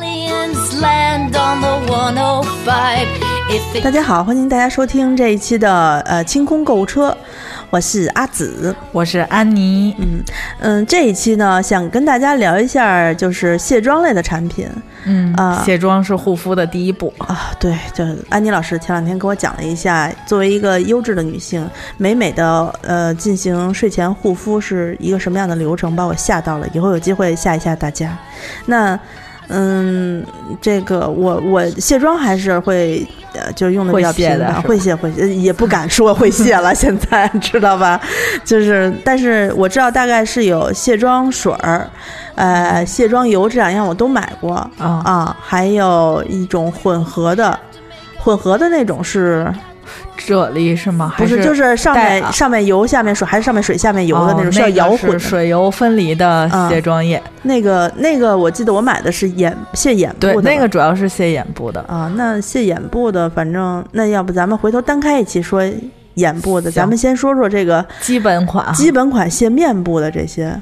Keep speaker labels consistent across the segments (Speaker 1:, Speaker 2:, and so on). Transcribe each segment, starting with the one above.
Speaker 1: Cowboys land on the 105. If it
Speaker 2: 大家好，欢迎大家收听这一期的呃清空购物车，我是阿紫。
Speaker 3: 我是安妮，
Speaker 2: 嗯，这一期呢，想跟大家聊一下就是卸妆类的产品
Speaker 3: 嗯
Speaker 2: 啊
Speaker 3: 卸妆是护肤的第一步，
Speaker 2: 啊。对，就安妮老师前两天给我讲了一下，作为一个优质的女性，美美的呃进行睡前护肤是一个什么样的流程，把我吓到了。以后有机会吓一吓大家。那嗯，这个我我卸妆还是会呃，就是用的比较
Speaker 3: 会
Speaker 2: 频
Speaker 3: 卸的
Speaker 2: 繁，
Speaker 3: 是吧
Speaker 2: 会卸会卸，呃也不敢说会卸了， 现在知道吧？就是，但是我知道大概是有卸妆水儿，呃，卸妆油这两样我都买过
Speaker 3: 啊
Speaker 2: 啊，还有一种混合的。混合的那种是
Speaker 3: 啫喱是吗？
Speaker 2: 不
Speaker 3: 还是
Speaker 2: 就是上面、
Speaker 3: 带啊
Speaker 2: 上面油下面水，还是上面水下面油的那种、
Speaker 3: 哦
Speaker 2: 是要摇
Speaker 3: 个
Speaker 2: 混的
Speaker 3: 是水油分离的
Speaker 2: 嗯
Speaker 3: 卸妆液，
Speaker 2: 那个那个，我记得我买的是眼卸眼部
Speaker 3: 对
Speaker 2: 的，吧，
Speaker 3: 那个主要是卸眼部的。
Speaker 2: 啊，那卸眼部的，反正那要不咱们回头单开一期说眼部的，
Speaker 3: 行
Speaker 2: 咱们先说说这个
Speaker 3: 基本款啊，
Speaker 2: 基本款卸面部的这些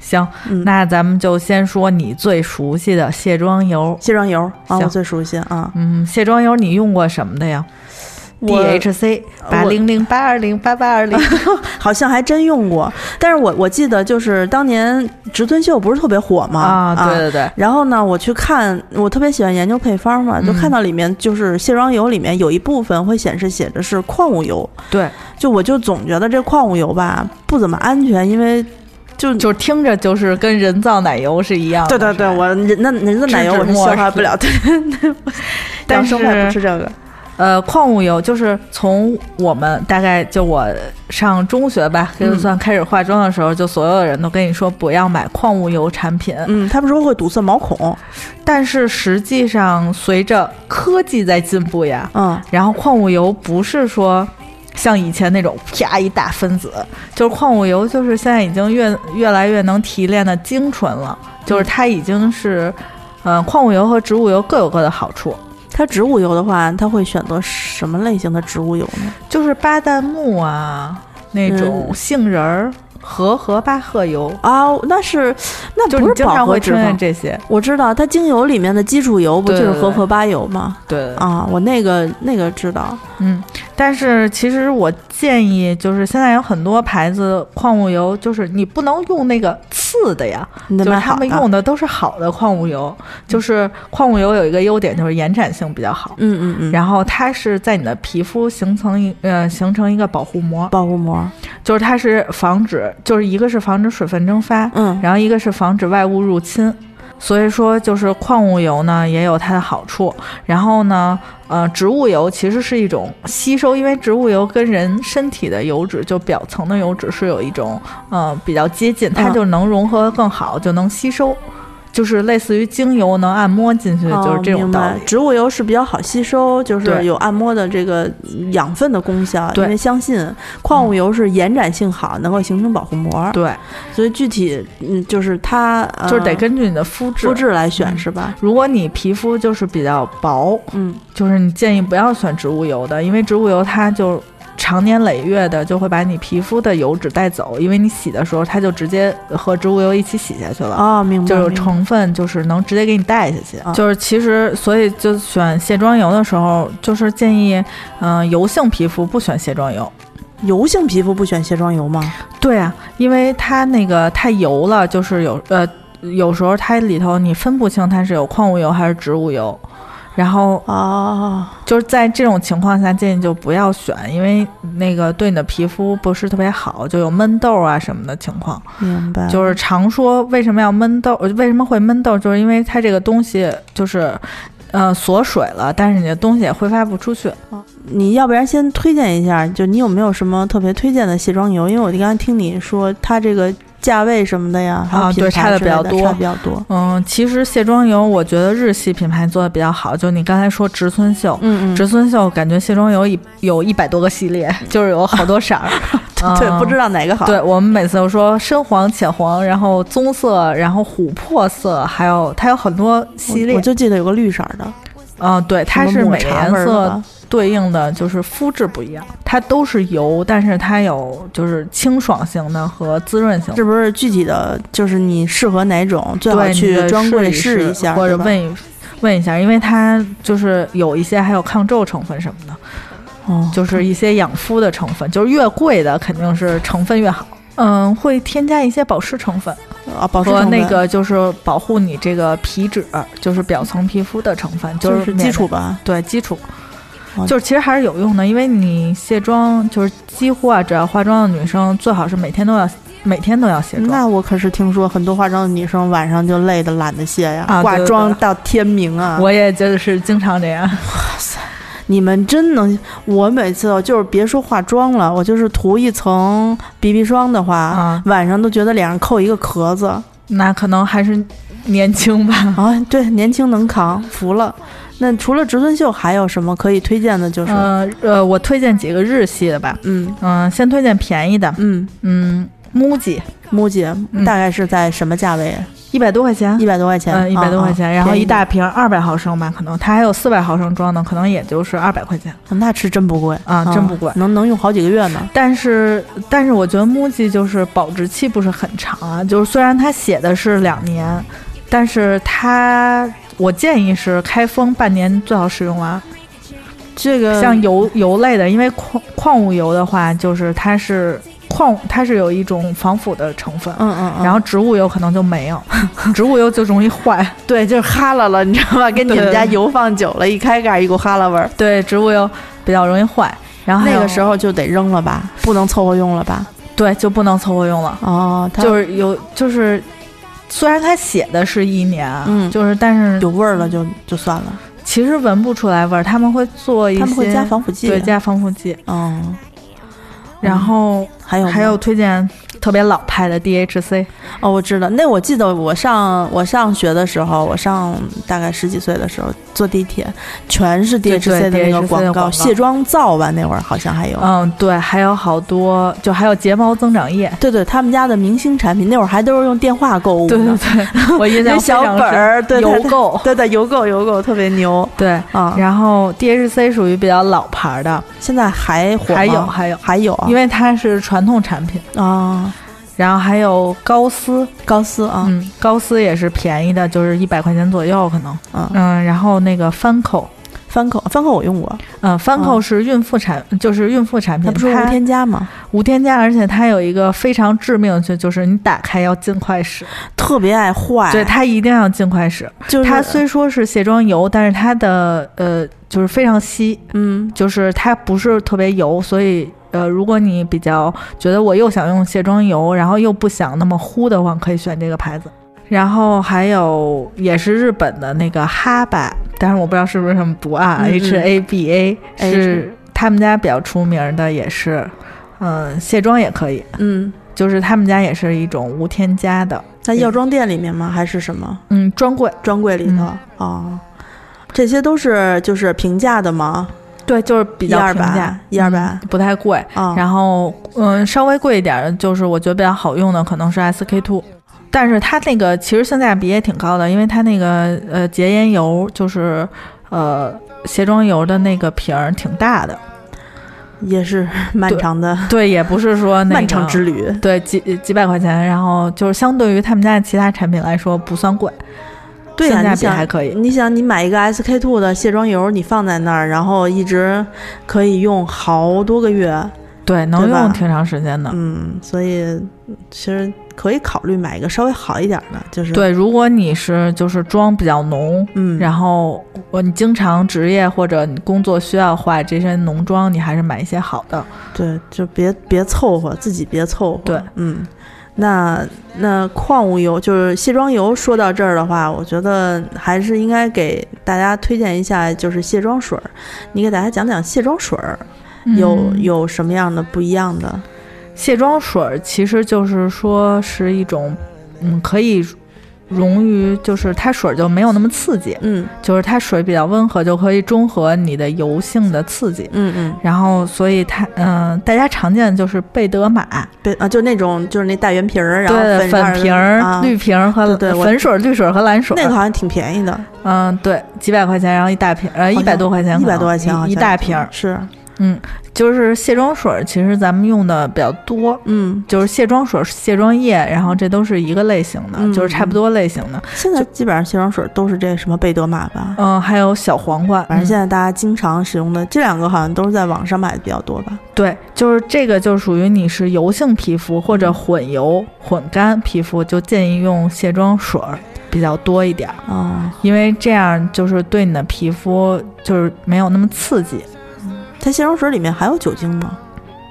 Speaker 3: 行，
Speaker 2: 嗯
Speaker 3: 那咱们就先说你最熟悉的卸妆油。
Speaker 2: 卸妆油啊，我
Speaker 3: 行
Speaker 2: 最熟悉啊。
Speaker 3: 嗯，卸妆油你用过什么的呀
Speaker 2: 我
Speaker 3: ？DHC 八零零八二零八八二 零，
Speaker 2: 好像还真用过，但是我我记得就是当年植村秀不是特别火嘛
Speaker 3: 啊，对对对，
Speaker 2: 然后呢，我去看，我特别喜欢研究配方
Speaker 3: 嗯
Speaker 2: 嘛，就看到里面就是卸妆油里面有一部分会显示写着是矿物油，
Speaker 3: 对，
Speaker 2: 就我就总觉得这矿物油吧不怎么安全，因为就
Speaker 3: 就听着就是跟人造奶油是一样
Speaker 2: 对
Speaker 3: 的。
Speaker 2: 对对，
Speaker 3: 是吧
Speaker 2: 我人那人造奶油我是消化不了， 对，
Speaker 3: 但
Speaker 2: 养生派不
Speaker 3: 是
Speaker 2: 吃这个，
Speaker 3: 呃，矿物油就是从我们大概就我上中学吧，就算开始化妆的时候，就所有的人都跟你说不要买矿物油产品。
Speaker 2: 嗯，他们说会堵塞毛孔，
Speaker 3: 但是实际上，随着科技在进步呀，
Speaker 2: 嗯，
Speaker 3: 然后矿物油不是说像以前那种啪一大分子，就是矿物油就是现在已经越越来越能提炼的精纯了，就是它已经是，呃，矿物油和植物油各有各的好处。
Speaker 2: 它植物油的话，它会选择什么类型的植物油呢？
Speaker 3: 就是巴旦木啊，那种
Speaker 2: 嗯
Speaker 3: 杏仁儿、和荷巴赫油，
Speaker 2: 啊，那是那
Speaker 3: 就是
Speaker 2: 不是
Speaker 3: 你经
Speaker 2: 饱
Speaker 3: 常
Speaker 2: 和
Speaker 3: 会
Speaker 2: 脂
Speaker 3: 听见
Speaker 2: 肪，
Speaker 3: 这些。
Speaker 2: 我知道它精油里面的基础油不就
Speaker 3: 对
Speaker 2: 是
Speaker 3: 对
Speaker 2: 荷
Speaker 3: 对
Speaker 2: 荷巴油吗？
Speaker 3: 对，
Speaker 2: 啊，我那个那个知道，
Speaker 3: 嗯，但是其实我建议，就是现在有很多牌子矿物油，就是你不能用那个次的呀，
Speaker 2: 你得
Speaker 3: 就是
Speaker 2: 买
Speaker 3: 他
Speaker 2: 好
Speaker 3: 们
Speaker 2: 的。
Speaker 3: 用的都是好的矿物油。就是矿物油有一个优点，就是延展性比较好，
Speaker 2: 嗯嗯嗯，
Speaker 3: 然后它是在你的皮肤形成一呃形成一个保护膜，
Speaker 2: 保护膜，
Speaker 3: 就是它是防止，就是一个是防止水分蒸发，
Speaker 2: 嗯
Speaker 3: 然后一个是防止外物入侵。所以说，就是矿物油呢也有它的好处。然后呢，呃，植物油其实是一种吸收，因为植物油跟人身体的油脂，就表层的油脂是有一种呃比较接近，它
Speaker 2: 嗯
Speaker 3: 就能融合得更好，就能吸收，就是类似于精油能按摩进去，就是
Speaker 2: 哦
Speaker 3: 这种
Speaker 2: 明
Speaker 3: 道
Speaker 2: 白
Speaker 3: 理。
Speaker 2: 植物油是比较好吸收，就是
Speaker 3: 对
Speaker 2: 有按摩的这个养分的功效。
Speaker 3: 对
Speaker 2: 因为相信矿物油是延展性好，能够形成保护膜。
Speaker 3: 对，
Speaker 2: 所以具体嗯，就是它、呃、
Speaker 3: 就是得根据你的肤质。
Speaker 2: 肤质来选、
Speaker 3: 嗯
Speaker 2: 是吧？
Speaker 3: 如果你皮肤就是比较薄，
Speaker 2: 嗯
Speaker 3: 就是你建议不要选植物油的，因为植物油它就常年累月的就会把你皮肤的油脂带走，因为你洗的时候它就直接和植物油一起洗下去了。
Speaker 2: 哦，明白。
Speaker 3: 啊就有
Speaker 2: 明白
Speaker 3: 成分，就是能直接给你带下去
Speaker 2: 啊
Speaker 3: 就是其实，所以就选卸妆油的时候，就是建议，嗯、油性皮肤不选卸妆油。
Speaker 2: 油性皮肤不选卸妆油吗？
Speaker 3: 对啊，因为它那个太油了，就是有呃，有时候它里头你分不清它是有矿物油还是植物油，然后
Speaker 2: 哦，
Speaker 3: 就是在这种情况下，建议就不要选，因为那个对你的皮肤不是特别好，就有闷痘啊什么的情况。
Speaker 2: 明白。
Speaker 3: 就是常说为什么要闷痘，呃为什么会闷痘，就是因为它这个东西就是，呃，锁水了，但是你的东西也挥发不出去。
Speaker 2: 你要不然先推荐一下，就你有没有什么特别推荐的卸妆油？因为我刚才听你说它这个价位什么的呀，还有
Speaker 3: 啊
Speaker 2: 品
Speaker 3: 对
Speaker 2: 牌
Speaker 3: 差得
Speaker 2: 之
Speaker 3: 比
Speaker 2: 类
Speaker 3: 较多
Speaker 2: 差比较多。
Speaker 3: 嗯，其实卸妆油我觉得日系品牌做的比较好，就你刚才说植村秀。
Speaker 2: 嗯嗯，，
Speaker 3: 植村秀感觉卸妆油一有一百多个系列，就是有好多色儿
Speaker 2: 对，
Speaker 3: 嗯
Speaker 2: 不知道哪个好。
Speaker 3: 对我们每次都说深黄、浅黄，然后棕色，然后琥珀色，还有它有很多系
Speaker 2: 我，
Speaker 3: 列
Speaker 2: 我。就记得有个绿色儿的，
Speaker 3: 嗯，对，它
Speaker 2: 什
Speaker 3: 是
Speaker 2: 么
Speaker 3: 每
Speaker 2: 抹
Speaker 3: 个
Speaker 2: 茶
Speaker 3: 颜
Speaker 2: 味儿的
Speaker 3: 色
Speaker 2: 吧
Speaker 3: 对应的就是肤质不一样，它都是油，但是它有就是清爽型的和滋润型的。
Speaker 2: 是不是具体的就是你适合哪种，最好
Speaker 3: 对，你
Speaker 2: 去
Speaker 3: 得
Speaker 2: 专柜
Speaker 3: 试
Speaker 2: 试
Speaker 3: 一
Speaker 2: 下，
Speaker 3: 或者
Speaker 2: 对吧
Speaker 3: 问一问一下，因为它就是有一些还有抗皱成分什么的，
Speaker 2: 哦，
Speaker 3: 就是一些养肤的成分，就是越贵的肯定是成分越好。嗯，会添加一些保湿成分
Speaker 2: 啊，保湿
Speaker 3: 和
Speaker 2: 成分
Speaker 3: 那个就是保护你这个皮脂，就是表层皮肤的成分，
Speaker 2: 就是基础
Speaker 3: 免得
Speaker 2: 吧，
Speaker 3: 对基础
Speaker 2: 哦，
Speaker 3: 就是其实还是有用的，因为你卸妆就是几乎啊，只要化妆的女生最好是每天都要每天都要卸妆。
Speaker 2: 那我可是听说很多化妆的女生晚上就累得懒得卸呀，
Speaker 3: 啊
Speaker 2: 化
Speaker 3: 对对
Speaker 2: 妆
Speaker 3: 对
Speaker 2: 到天明啊。
Speaker 3: 我也就是经常这样，
Speaker 2: 你们真能，我每次哦就是别说化妆了，我就是涂一层 BB 霜的话，
Speaker 3: 啊
Speaker 2: 晚上都觉得脸上扣一个壳子。
Speaker 3: 那可能还是年轻吧。
Speaker 2: 啊，对，年轻能扛，服了。那除了植村秀，还有什么可以推荐的？就是，
Speaker 3: 呃呃，我推荐几个日系的吧。
Speaker 2: 嗯
Speaker 3: 嗯、先推荐便宜的，
Speaker 2: 嗯，
Speaker 3: 嗯，MUJI
Speaker 2: 木姐
Speaker 3: 嗯
Speaker 2: 大概是在什么价位？
Speaker 3: 一百多块钱，
Speaker 2: 一百多块钱，啊
Speaker 3: 嗯，一百多块钱，然后一
Speaker 2: 大，
Speaker 3: 大瓶二百毫升吧，可能它还有四百毫升装的，可能也就是二百块钱。
Speaker 2: 嗯那吃真不贵
Speaker 3: 啊真不贵
Speaker 2: 能能用好几个月呢。
Speaker 3: 但是，但是我觉得 MUJI 就是保质期不是很长啊，就是虽然它写的是两年，但是它我建议是开封半年最好使用完。
Speaker 2: 这个嗯
Speaker 3: 像油油类的，因为矿矿物油的话，就是它是矿，它是有一种防腐的成分。
Speaker 2: 嗯嗯嗯，
Speaker 3: 然后植物油可能就没有， 植物油就容易坏。
Speaker 2: 对，就是哈喇了，你知道吧？跟你们
Speaker 3: 对
Speaker 2: 家油放久了，一开盖一股哈喇味儿，
Speaker 3: 对，植物油比较容易坏。然后还
Speaker 2: 那个
Speaker 3: 有
Speaker 2: 时候就得扔了吧，不能凑合用了吧？
Speaker 3: 对就不能凑合用了，
Speaker 2: 哦，它
Speaker 3: 就是有就是，虽然它写的是一年，啊
Speaker 2: 嗯
Speaker 3: 就是但是
Speaker 2: 有味儿了就就算了，
Speaker 3: 其实闻不出来味儿，他们会做一些
Speaker 2: 他们会加防腐剂。
Speaker 3: 对加防腐剂，
Speaker 2: 嗯，
Speaker 3: 然后
Speaker 2: 还有
Speaker 3: 还
Speaker 2: 吗
Speaker 3: 有推荐特别老派的 DHC，
Speaker 2: 哦，我知道，那我记得我上我上学的时候，我上大概十几岁的时候坐地铁，全是
Speaker 3: 对
Speaker 2: DHC 的那个
Speaker 3: DHC 的
Speaker 2: 广
Speaker 3: 广告
Speaker 2: 卸妆皂吧，那会儿好像还有。
Speaker 3: 嗯，对，还有好多，就还有睫毛增长液。
Speaker 2: 对对，他们家的明星产品，那会儿还都是用电话购物
Speaker 3: 对对
Speaker 2: 呢，
Speaker 3: 嗯对，我印象
Speaker 2: 那
Speaker 3: 非
Speaker 2: 小
Speaker 3: 常
Speaker 2: 本儿，对
Speaker 3: 深
Speaker 2: 对
Speaker 3: 邮
Speaker 2: 对
Speaker 3: 购。
Speaker 2: 对对，邮购邮购特别牛
Speaker 3: 对，
Speaker 2: 啊！
Speaker 3: 然后 DHC 属于比较老牌儿的，
Speaker 2: 现在还火吗
Speaker 3: 还有还有，
Speaker 2: 还有啊
Speaker 3: 因为它是传统产品。
Speaker 2: 啊，
Speaker 3: 然后还有高斯，
Speaker 2: 高斯啊，
Speaker 3: 嗯，高斯也是便宜的，就是一百块钱左右可能。
Speaker 2: 嗯
Speaker 3: 嗯，然后那个番口，
Speaker 2: 翻口啊翻口我用过，
Speaker 3: 嗯，番口是孕妇产，就是孕妇产
Speaker 2: 它
Speaker 3: 品，
Speaker 2: 不是无
Speaker 3: 它
Speaker 2: 添加吗？
Speaker 3: 无添加，而且它有一个非常致命的，就就是你打开要尽快使，
Speaker 2: 特别爱坏，
Speaker 3: 对，它一定要尽快使。
Speaker 2: 哎就是
Speaker 3: 它虽说是卸妆油，但是它的呃就是非常稀，
Speaker 2: 嗯
Speaker 3: 就是它不是特别油，所以呃，如果你比较觉得我又想用卸妆油，然后又不想那么糊的话，可以选这个牌子。然后还有也是日本的那个哈巴，但是我不知道是不是这么读啊
Speaker 2: 嗯嗯
Speaker 3: ，H A B A
Speaker 2: H
Speaker 3: 是他们家比较出名的，也是嗯卸妆也可以，
Speaker 2: 嗯，
Speaker 3: 就是他们家也是一种无添加的，
Speaker 2: 在药妆店里面吗？还是什么？
Speaker 3: 嗯，专柜
Speaker 2: 专柜里头
Speaker 3: 嗯
Speaker 2: 啊、哦，这些都是就是平价的吗？
Speaker 3: 对，就是比较
Speaker 2: 1-200
Speaker 3: 平价，
Speaker 2: 1-200
Speaker 3: 嗯不太贵。
Speaker 2: 啊、
Speaker 3: 然后嗯，稍微贵一点的，就是我觉得比较好用的可能是 SK two，但是它那个其实性价比也挺高的，因为它那个呃洁颜油就是呃卸妆油的那个瓶儿挺大的，
Speaker 2: 也是漫长的、
Speaker 3: 对，也不是说那个、
Speaker 2: 漫长之旅。
Speaker 3: 对几几百块钱，然后就是相对于他们家的其他产品来说不算贵，
Speaker 2: 对呀、
Speaker 3: 性价
Speaker 2: 你
Speaker 3: 比还
Speaker 2: 想，
Speaker 3: 可以。
Speaker 2: 你想，你买一个 SK two 的卸妆油，你放在那儿，然后一直可以用好多个月，
Speaker 3: 对，能
Speaker 2: 对吧
Speaker 3: 用挺长时间的。
Speaker 2: 嗯，所以嗯其实可以考虑买一个稍微好一点的，就是，
Speaker 3: 对，如果你是就是妆比较浓，
Speaker 2: 嗯，
Speaker 3: 然后我你经常职业或者你工作需要化这身浓妆，你还是买一些好的。
Speaker 2: 对，就别别凑合，自己别凑合。
Speaker 3: 对，
Speaker 2: 嗯，那那矿物油就是卸妆油。说到这儿的话，我觉得还是应该给大家推荐一下，就是卸妆水儿。你给大家讲讲卸妆水儿有、
Speaker 3: 嗯
Speaker 2: 有什么样的不一样的？
Speaker 3: 卸妆水儿其实就是说是一种，嗯，可以溶于，就是它水儿就没有那么刺激，
Speaker 2: 嗯
Speaker 3: 就是它水比较温和，就可以中和你的油性的刺激。
Speaker 2: 嗯嗯，
Speaker 3: 然后，所以它，嗯、大家常见的就是贝德玛，
Speaker 2: 对啊，就那种就是那大圆瓶儿，然后
Speaker 3: 对，
Speaker 2: 上
Speaker 3: 粉瓶儿、
Speaker 2: 啊、
Speaker 3: 绿瓶儿和
Speaker 2: 对对我
Speaker 3: 粉水儿、绿水儿和蓝水儿。
Speaker 2: 那个好像挺便宜的，
Speaker 3: 嗯，对，几百块钱，然后一大瓶，呃，
Speaker 2: 好
Speaker 3: 一
Speaker 2: 像
Speaker 3: 百多块钱可
Speaker 2: 一
Speaker 3: 能，
Speaker 2: 百多块钱好像
Speaker 3: 一一大瓶儿。
Speaker 2: 是。
Speaker 3: 嗯就是卸妆水儿，其实咱们用的比较多，
Speaker 2: 嗯，
Speaker 3: 就是卸妆水、卸妆液，然后这都是一个类型的，
Speaker 2: 嗯
Speaker 3: 就是差不多类型的。
Speaker 2: 现在基本上卸妆水都是这什么贝德玛吧，
Speaker 3: 嗯，还有小黄瓜，
Speaker 2: 反正
Speaker 3: 嗯
Speaker 2: 现在大家经常使用的这两个好像都是在网上买的比较多吧。
Speaker 3: 嗯对，就是这个就属于你是油性皮肤或
Speaker 2: 嗯
Speaker 3: 者混油混干皮肤，就建议用卸妆水儿比较多一点儿，
Speaker 2: 哦，
Speaker 3: 因为这样就是对你的皮肤就是没有那么刺激。
Speaker 2: 它卸妆水里面还有酒精吗？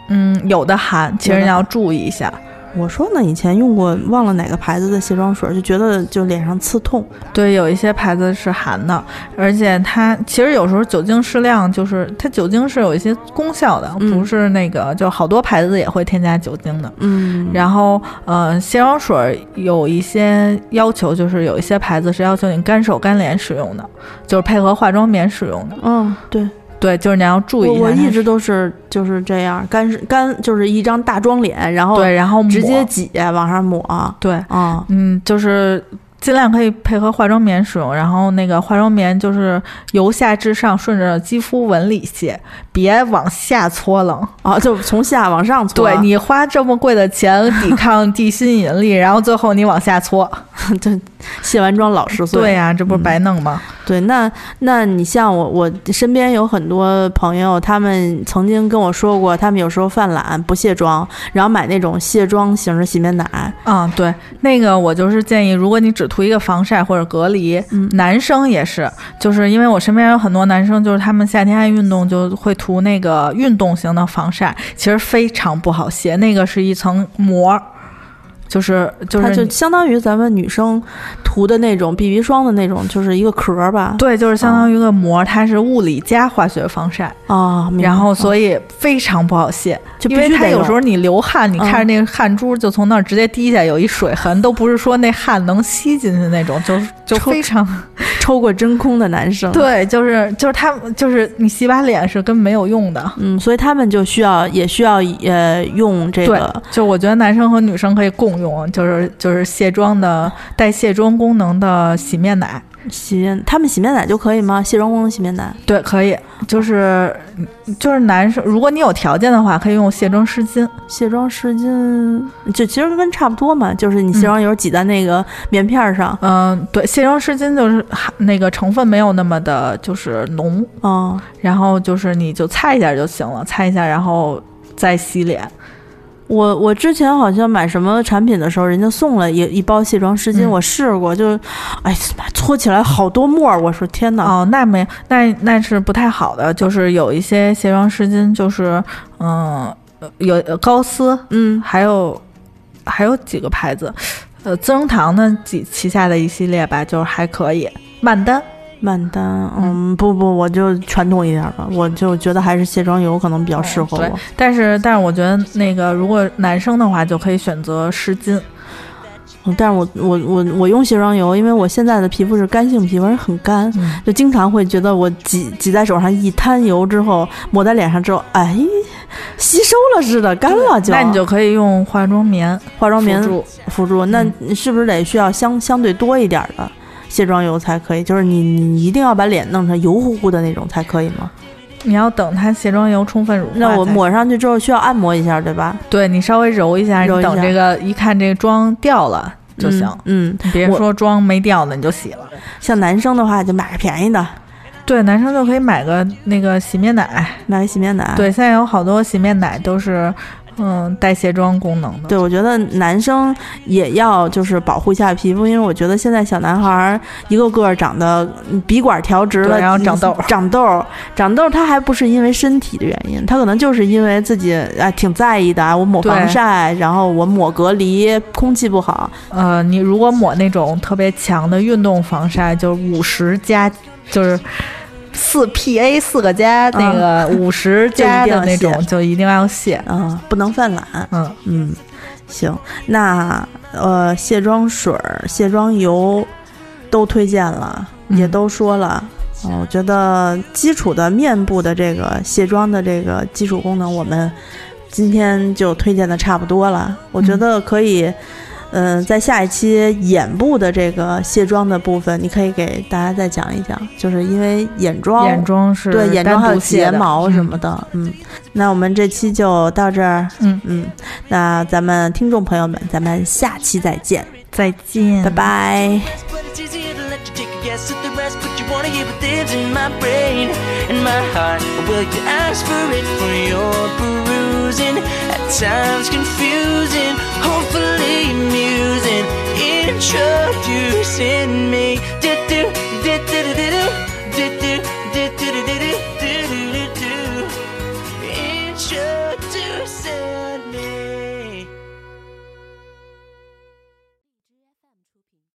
Speaker 3: 嗯，有的含，其实
Speaker 2: 有的
Speaker 3: 你要注意一下。
Speaker 2: 我说呢，以前用过，忘了哪个牌子的卸妆水，就觉得就脸上刺痛。
Speaker 3: 对，有一些牌子是含的，而且它其实有时候酒精适量，就是它酒精是有一些功效的，
Speaker 2: 嗯
Speaker 3: 不是那个就好多牌子也会添加酒精的。
Speaker 2: 嗯
Speaker 3: 然后，呃，卸妆水有一些要求，就是有一些牌子是要求你干手干脸使用的，就是配合化妆棉使用的。
Speaker 2: 嗯，对，
Speaker 3: 对，就是你要注意
Speaker 2: 我
Speaker 3: 一下它
Speaker 2: 我
Speaker 3: 是。
Speaker 2: 一直都是就是这样，干是干就是一张大妆脸，然后
Speaker 3: 对，然后抹
Speaker 2: 直接挤往上抹啊。
Speaker 3: 对，嗯，就是尽量可以配合化妆棉使用，然后那个化妆棉就是由下至上顺着肌肤纹理卸，别往下搓楞。
Speaker 2: 哦，就从下往上搓。
Speaker 3: 对你花这么贵的钱抵抗地心引力，然后最后你往下搓，
Speaker 2: 对，卸完妆老十岁。
Speaker 3: 对呀、这不是白弄吗？
Speaker 2: 对，那那你像我，我身边有很多朋友，他们曾经跟我说过，他们有时候犯懒不卸妆，然后买那种卸妆型的洗面奶。
Speaker 3: 啊、对，那个我就是建议，如果你只涂一个防晒或者隔离，
Speaker 2: 嗯
Speaker 3: 男生也是，就是因为我身边有很多男生，就是他们夏天爱运动，就会涂那个运动型的防晒，其实非常不好卸，那个是一层膜，就是就
Speaker 2: 它
Speaker 3: 是
Speaker 2: 就相当于咱们女生涂的那种 BB 霜的那种，就是一个壳儿吧。
Speaker 3: 对，就是相当于一个膜，它是物理加化学防晒，
Speaker 2: 啊，明白
Speaker 3: 然后
Speaker 2: 哦
Speaker 3: 所以非常不好卸，
Speaker 2: 就必
Speaker 3: 因为
Speaker 2: 须
Speaker 3: 它
Speaker 2: 得
Speaker 3: 有
Speaker 2: 用
Speaker 3: 时候你流汗，你
Speaker 2: 嗯
Speaker 3: 看着那个汗珠就从那儿直接滴下，有一水痕，都不是说那汗能吸进去那种，就是就
Speaker 2: 抽
Speaker 3: 非常。
Speaker 2: 抽过真空的男生。。
Speaker 3: 对，就是就是他们就是你洗把脸是根本没有用的。
Speaker 2: 嗯，所以他们就需要，也需要呃用这个，
Speaker 3: 就我觉得男生和女生可以共用，就是就是卸妆的带卸妆功能的洗面奶，
Speaker 2: 洗面，他们洗面奶就可以吗？卸妆功能洗面奶
Speaker 3: 对，可以，就是就是男生，如果你有条件的话，可以用卸妆湿巾，
Speaker 2: 卸妆湿巾就其实跟差不多嘛，就是你卸妆油挤在那个棉片儿上，
Speaker 3: 嗯、对，卸妆湿巾就是含那个成分没有那么的就是浓，
Speaker 2: 嗯，
Speaker 3: 然后就是你就擦一下就行了，擦一下然后再洗脸，
Speaker 2: 我我之前好像买什么产品的时候，人家送了一一包卸妆湿巾，
Speaker 3: 嗯
Speaker 2: 我试过，就，哎呀妈，搓起来好多沫儿，我说天哪！
Speaker 3: 哦，那没，那那是不太好的，就是有一些卸妆湿巾，就是嗯，呃有呃高丝，
Speaker 2: 嗯，
Speaker 3: 还有还有几个牌子，呃，资生堂的几旗下的一系列吧，就是还可以。曼丹，
Speaker 2: 曼丹，嗯，不不，我就传统一点吧，我就觉得还是卸妆油可能比较适合
Speaker 3: 嗯对
Speaker 2: 我。
Speaker 3: 但是但是我觉得那个如果男生的话，就可以选择湿巾，
Speaker 2: 嗯但是我我我我用卸妆油，因为我现在的皮肤是干性皮肤，而且很干，
Speaker 3: 嗯，
Speaker 2: 就经常会觉得我挤挤在手上一滩油之后，抹在脸上之后，哎，吸收了似的，干了就。
Speaker 3: 那你就可以用化妆棉
Speaker 2: 化妆棉
Speaker 3: 辅助
Speaker 2: 辅助，那
Speaker 3: 嗯
Speaker 2: 是不是得需要相相对多一点儿的卸妆油才可以？就是你你一定要把脸弄成油乎乎的那种才可以吗？
Speaker 3: 你要等它卸妆油充分乳化才行。
Speaker 2: 那我抹上去之后需要按摩一下，对吧？
Speaker 3: 对你稍微揉一下，
Speaker 2: 揉一
Speaker 3: 你等
Speaker 2: 下
Speaker 3: 这个一看这个妆掉了就行。
Speaker 2: 嗯。嗯，
Speaker 3: 你别
Speaker 2: 我
Speaker 3: 说妆没掉呢，你就洗了。
Speaker 2: 像男生的话就买个便宜的，
Speaker 3: 对，男生就可以买个那个洗面奶。
Speaker 2: 买个洗面奶。
Speaker 3: 对，现在有好多洗面奶都是，嗯，带卸妆功能的。
Speaker 2: 对，我觉得男生也要就是保护一下皮肤，因为我觉得现在小男孩儿一个个儿长得嗯鼻管调直了，
Speaker 3: 对然后长痘儿
Speaker 2: 长痘儿，长痘儿，他还不是因为身体的原因，他可能就是因为自己啊挺在意的啊，我抹防
Speaker 3: 对
Speaker 2: 晒，然后我抹隔离，空气不好，
Speaker 3: 呃，你如果抹那种特别强的运动防晒，就是五十加，就是四 PA 四个加那 个五十加的那种，就嗯一定要卸。
Speaker 2: 嗯、不能犯懒，
Speaker 3: 嗯，
Speaker 2: 嗯，行，那呃，卸妆水儿、卸妆油都推荐了，也
Speaker 3: 嗯
Speaker 2: 都说了。呃我觉得基础的面部的这个卸妆的这个基础功能，我们今天就推荐的差不多了。我觉
Speaker 3: 嗯
Speaker 2: 得可以，嗯、在下一期眼部的这个卸妆的部分，你可以给大家再讲一讲，就是因为眼妆，
Speaker 3: 眼妆是
Speaker 2: 对眼妆还有
Speaker 3: 单独卸
Speaker 2: 睫
Speaker 3: 的
Speaker 2: 毛什么的，嗯，那我们这期就到这儿，
Speaker 3: 嗯
Speaker 2: 嗯，那咱们听众朋友们，咱们下期再见，
Speaker 3: 再见，
Speaker 2: 拜拜。
Speaker 4: But it's easier to let you take a guess at the rest. But you wanna hear what lives in my brain and my heart. Will you ask for it for your perusing? At times confusing, hopefully amusing. Introducing me. Do do do do do do do do do do do do do do do do. Introducing.